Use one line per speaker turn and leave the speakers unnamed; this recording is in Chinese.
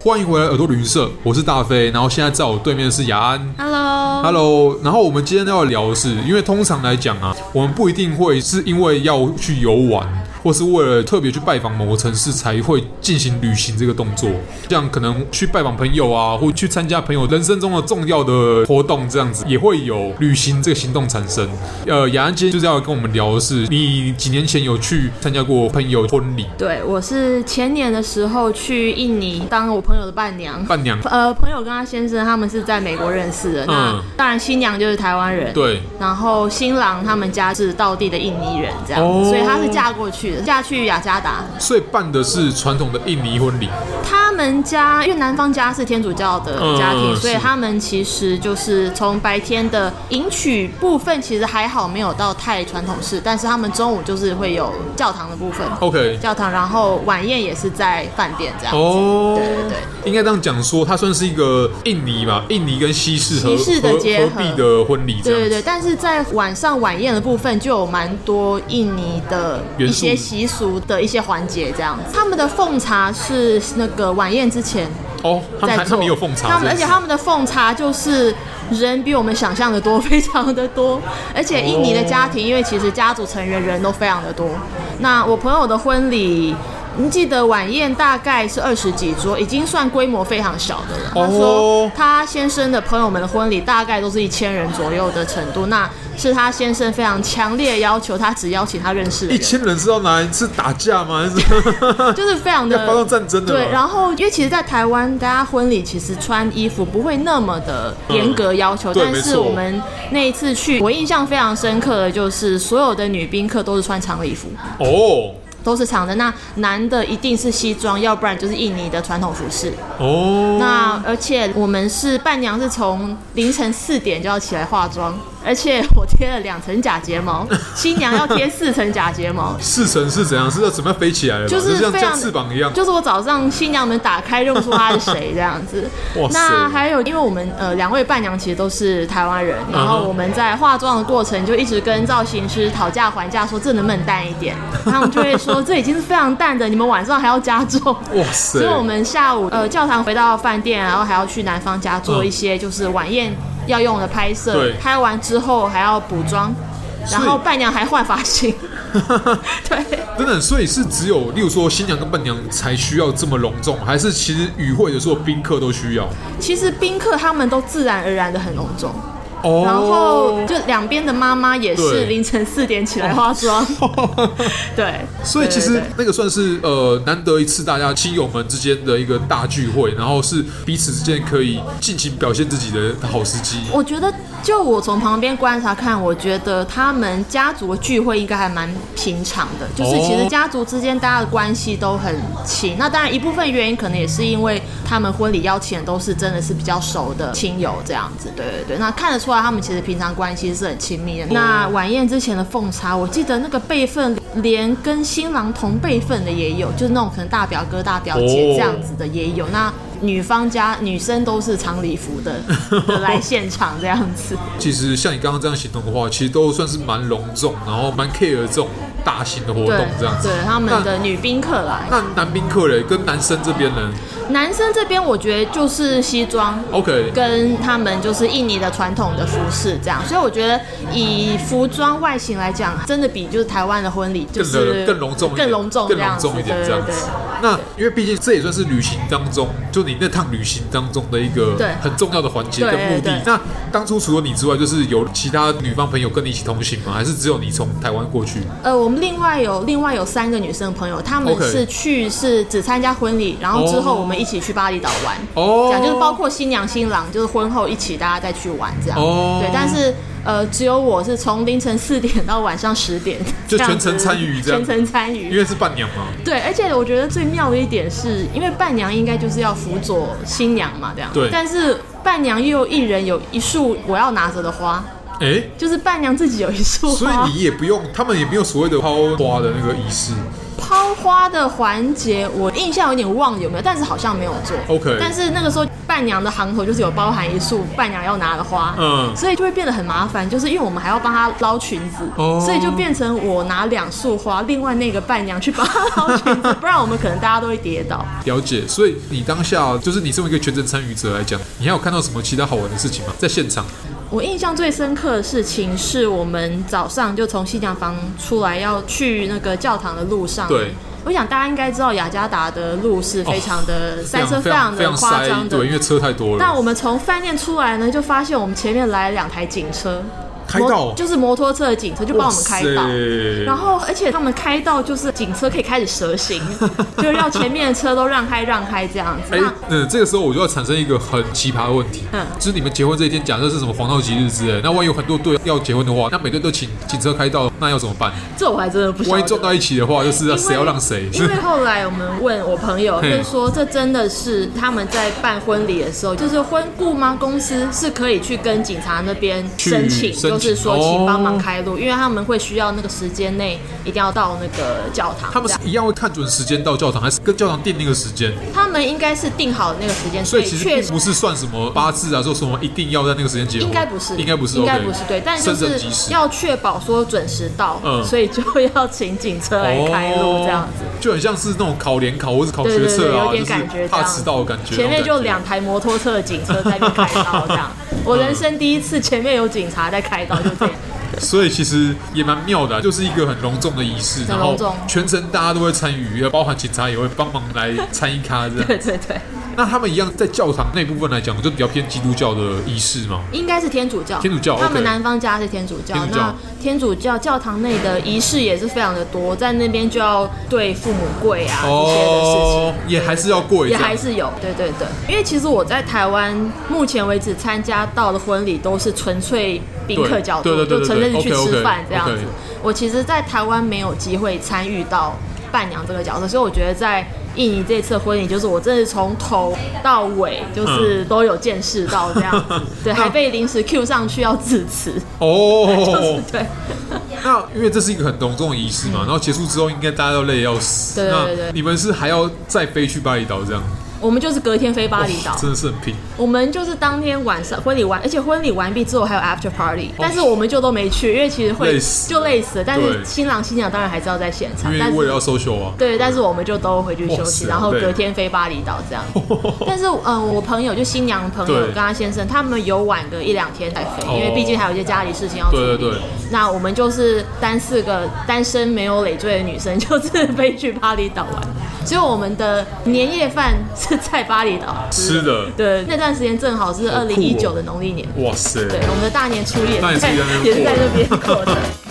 欢迎回来耳朵旅行社，我是大飞，然后现在在我对面的是雅安。
Hello，
Hello，然后我们今天要聊的是，因为通常来讲啊，我们不一定会是因为要去游玩，或是为了特别去拜访某个城市才会进行旅行这个动作，像可能去拜访朋友啊，或去参加朋友人生中的重要的活动，这样子也会有旅行这个行动产生。呃，雅安今天就是要跟我们聊的是，你几年前有去参加过朋友婚礼，
对我是前年的时候去印尼当我朋友的伴娘。
伴娘
呃，朋友跟他先生他们是在美国认识的，那
嗯
当然新娘就是台湾人，
对，
然后新郎他们家是道地的印尼人，这样，
哦
所以他是嫁过去的，嫁去雅加达。
所以办的是传统的印尼婚礼，
他们家因为男方家是天主教的家庭，
嗯
所以
是
他们其实就是从白天的迎娶部分其实还好，没有到太传统式，但是他们中午就是会有教堂的部分。
OK。
教堂，然后晚宴也是在饭店这样。
哦，
对对
应该这样讲说，它算是一个印尼吧，印尼跟西式合
西式的
合
结合
合璧的婚礼这
对
样
对
子。
对，但是在晚上晚宴的部分就有蛮多印尼的一些
元素
习俗的一些环节这样子。他们的奉茶是那个晚宴之前
哦，他们
在
还
做，
他们也有奉茶
他
这
们而
样子，
且他们的奉茶就是人比我们想象的多， 非常的多。而
哦
且印尼的家庭，因为其实家族成员人都非常的多。那我朋友的婚礼。你记得晚宴大概是二十几桌，已经算规模非常小的了。他说
哦
他先生的朋友们的婚礼大概都是一千人左右的程度，那是他先生非常强烈要求，他只邀请他认识的
一
人。
千人是要拿来是打架吗？还 是
就是非常的
要发动战争的嘛
对，然后因为其实，在台湾，大家婚礼其实穿衣服不会那么的严格要求，
嗯对
但
没
是
错
我们那一次去，我印象非常深刻的就是所有的女宾客都是穿长礼服，
哦
都是长的。那男的一定是西装，要不然就是印尼的传统服饰。
哦，
那而且我们是伴娘，是从凌晨四点就要起来化妆，而且我贴了两层假睫毛，新娘要贴四层假睫毛，
四成是怎样？是要准备飞起来了吧？
就是
像
非
像
常
翅膀一样。
就是我早上新娘们打开认不出她是谁这样子
哇。塞
那还有，因为我们呃两位伴娘其实都是台湾人，然后
嗯哼
我们在化妆的过程就一直跟造型师讨价还价，说这能不能淡一 点？然后我们就会说这已经是非常淡的，你们晚上还要 加重。
哇塞
所以！我们下午呃教堂回到饭店，然后还要去男方家做
嗯
一些就是晚宴要用的拍摄
对，
拍完之后还要补妆，然
所
后
以
伴娘还换 发型，对。
等等，所以是只有例如说新娘跟伴娘才需要这么隆重，还是其实与会的所有宾客都需要？
其实宾客他们都自然而然的很隆重，
哦，
然后就两边的妈妈也是
对
凌晨四点起来化 妆，对，
所以其
对
实
对对
那个算是呃难得一次大家亲友们之间的一个大聚会，然后是彼此之间可以尽情表现自己的好时机。
我觉得就我从旁边观察看，我觉得他们家族的聚会应该还蛮平常的，就是其实
哦
家族之间大家的关系都很亲。那当然一部分原因可能也是因为他们婚礼邀请的都是真的是比较熟的亲友这样子，对对对。那看得出来他们其实平常关系是很亲密的。
嗯
那晚宴之前的奉茶，我记得那个辈分连跟新郎同辈分的也有，就是那种可能大表哥、大表姐
哦
这样子的也有。那女方家女生都是长礼服 的的来现场这样子。
其实像你刚刚这样形容的话，其实都算是蛮隆重，然后蛮 care 这种大型的活
对
动这样子。
对，他们的女宾客啦。
那男宾客嘞，跟男生这边呢
男生这边我觉得就是西装。
？OK，
跟他们就是印尼的传统的服饰这样，所以我觉得以服装外形来讲，啊真的比就是台湾的婚礼就
更
是
隆更隆重一点，
更隆重这
更
样
隆
子，
重一点
对
这
对
样
对
子。那因为毕竟这也算是旅行当中，就你那趟旅行当中的一个
对
很重要的环节
对
跟目
对
的
对。
那当初除了你之外，就是有其他女方朋友跟你一起同行吗？还是只有你从台湾过去？
呃，我们另外有另外有三个女生朋友，她们
OK
是去是只参加婚礼，然后之后
哦
我们一起去巴厘岛玩。
哦
这样就是包括新娘新郎，就是婚后一起大家再去玩这样。
哦
对，但是呃，只有我是从凌晨四点到晚上十点，
就
这样
全程
子
参与这样
全程参
因
与。
为是伴娘嘛。
对，而且我觉得最妙的一点是，因为伴娘应该就是要辅佐新娘嘛，这样。
对
但是伴娘又一人有一束我要拿着的花，
哎，
就是伴娘自己有一束花。
所以你也不用，他们也没有所谓的抛花的那个仪式。
抛花的环节，我印象有点忘了有没有，但是好像没有做。
OK
但是那个时候伴伴娘的行头就是有包含一束伴娘要拿的花，
嗯
所以就会变得很麻烦，就是因为我们还要帮她捞裙子，
哦
所以就变成我拿两束花，另外那个伴娘去帮她捞裙子，不然我们可能大家都会跌倒。
了解，所以你当下就是你身为一个全程参与者来讲，你还有看到什么其他好玩的事情吗？在现场，
我印象最深刻的事情是我们早上就从西讲房出来要去那个教堂的路上。
对。
我想大家应该知道雅加达的路是非常的塞车，
哦非常
非
非常
常的夸
塞
张，的
对，。因为车太多
那
了。
我们从饭店出来呢，就发现我们前面来了两台警车，
开道
摩就是摩托车的警车就帮我们开道
哇塞。
然后，而且他们开道就是警车可以开始蛇 行，就让前面的车都让开让开这样子。
哎
那，
嗯，这个时候我就要产生一个很奇葩的问题，
嗯
就是你们结婚这一天，假设是什么黄道吉日之类，那万一有很多队要结婚的话，那每队都请警车开道，那要怎么办？
这我还真的不晓
万一
得
撞。到一起的话，就是
因
要
为
谁要让谁？
因为后来我们问我 朋友，
嘿
就是说这真的是他们在办婚礼的时候，就是婚顾吗？公司是可以去跟警察那边
去
申请，
申请
就是说
哦
请帮忙开路，因为他们会需要那个时间内一定要到那个教堂。
他们
这
是
样
一样会看准时间到教堂，还是跟教堂定那个时间？
他们应该是定好那个时间，
所以其实
确
并
实。
不是算什么八字啊，说什么一定要在那个时间结婚，
应该不是，
应该不是，
应该
OK
不是对，但就
生人
是
即时
要确保说准时到，
嗯
所以就要请警车来开路这样子。
哦，就很像是那种考联考或是考
对
学
对对，
测啊，
有
就
点
是
感觉这
怕
样
迟到的感觉。
前面
那种
就两台摩托车的警车在那边开道，这样。我人生第一次前面有警察在开道，就这样。
感觉，所以其实也蛮妙的啊、就是一个很隆重的仪式，
很
然后
隆重
全程大家都会参与，包含警察也会帮忙来参与咖这样。
对对对，
那他们一样在教堂那部分来讲，就比较偏基督教的仪式嘛。
应该是天主教。
天主教
他
OK
们南方家是天主教。
天主教
那天主教教堂内的仪式也是非常的多，在那边就要对父母跪啊这些的事情。
哦，也还是要跪这
也
样，
还是有，对对对，因为其实我在台湾目前为止参加到的婚礼都是纯粹宾客角度，
对对对
就
对
纯粹是去
对，OK，OK，
吃饭这样子
OK。
我其实，在台湾没有机会参与到伴娘这个角色，所以我觉得在印尼这次婚礼，就是我真的从头到尾就是都有见识到这样 子，嗯对，还被临时 Q 上去要致辞，
哦。
对。
那因为这是一个很隆重的仪式嘛，然后结束之后应该大家都累得要死。
嗯对对对对
那你们是还要再飞去巴厘岛这样？
我们就是隔天飞巴厘岛
哇，真的是很拼。
我们就是当天晚上婚礼完，而且婚礼完毕之后还有 after party，、但是我们就都没去，因为其实会
哦累死
就累死了。但是
对
新郎新娘当然还是要在现场，
因为
但
为了要
是
social 啊。
对，但是我们就都回去休
哇
息，
塞
然后
对
隔天飞巴厘岛这样。但是嗯、呃我朋友就新娘朋友
对
跟她先生，他们有晚个一两天才飞，因为
哦
毕竟还有一些家里事情要处理。
对对 对
那我们就是单四个单身没有累赘的女生， 就是飞去巴厘岛玩。所以我们的年夜饭是在巴厘岛
吃的，
对，那段时间正好是
好
二
酷
零一九的农历年，
哇塞！
对，我们的大年初夜
大年初一在那边
也是在
过
那边过的。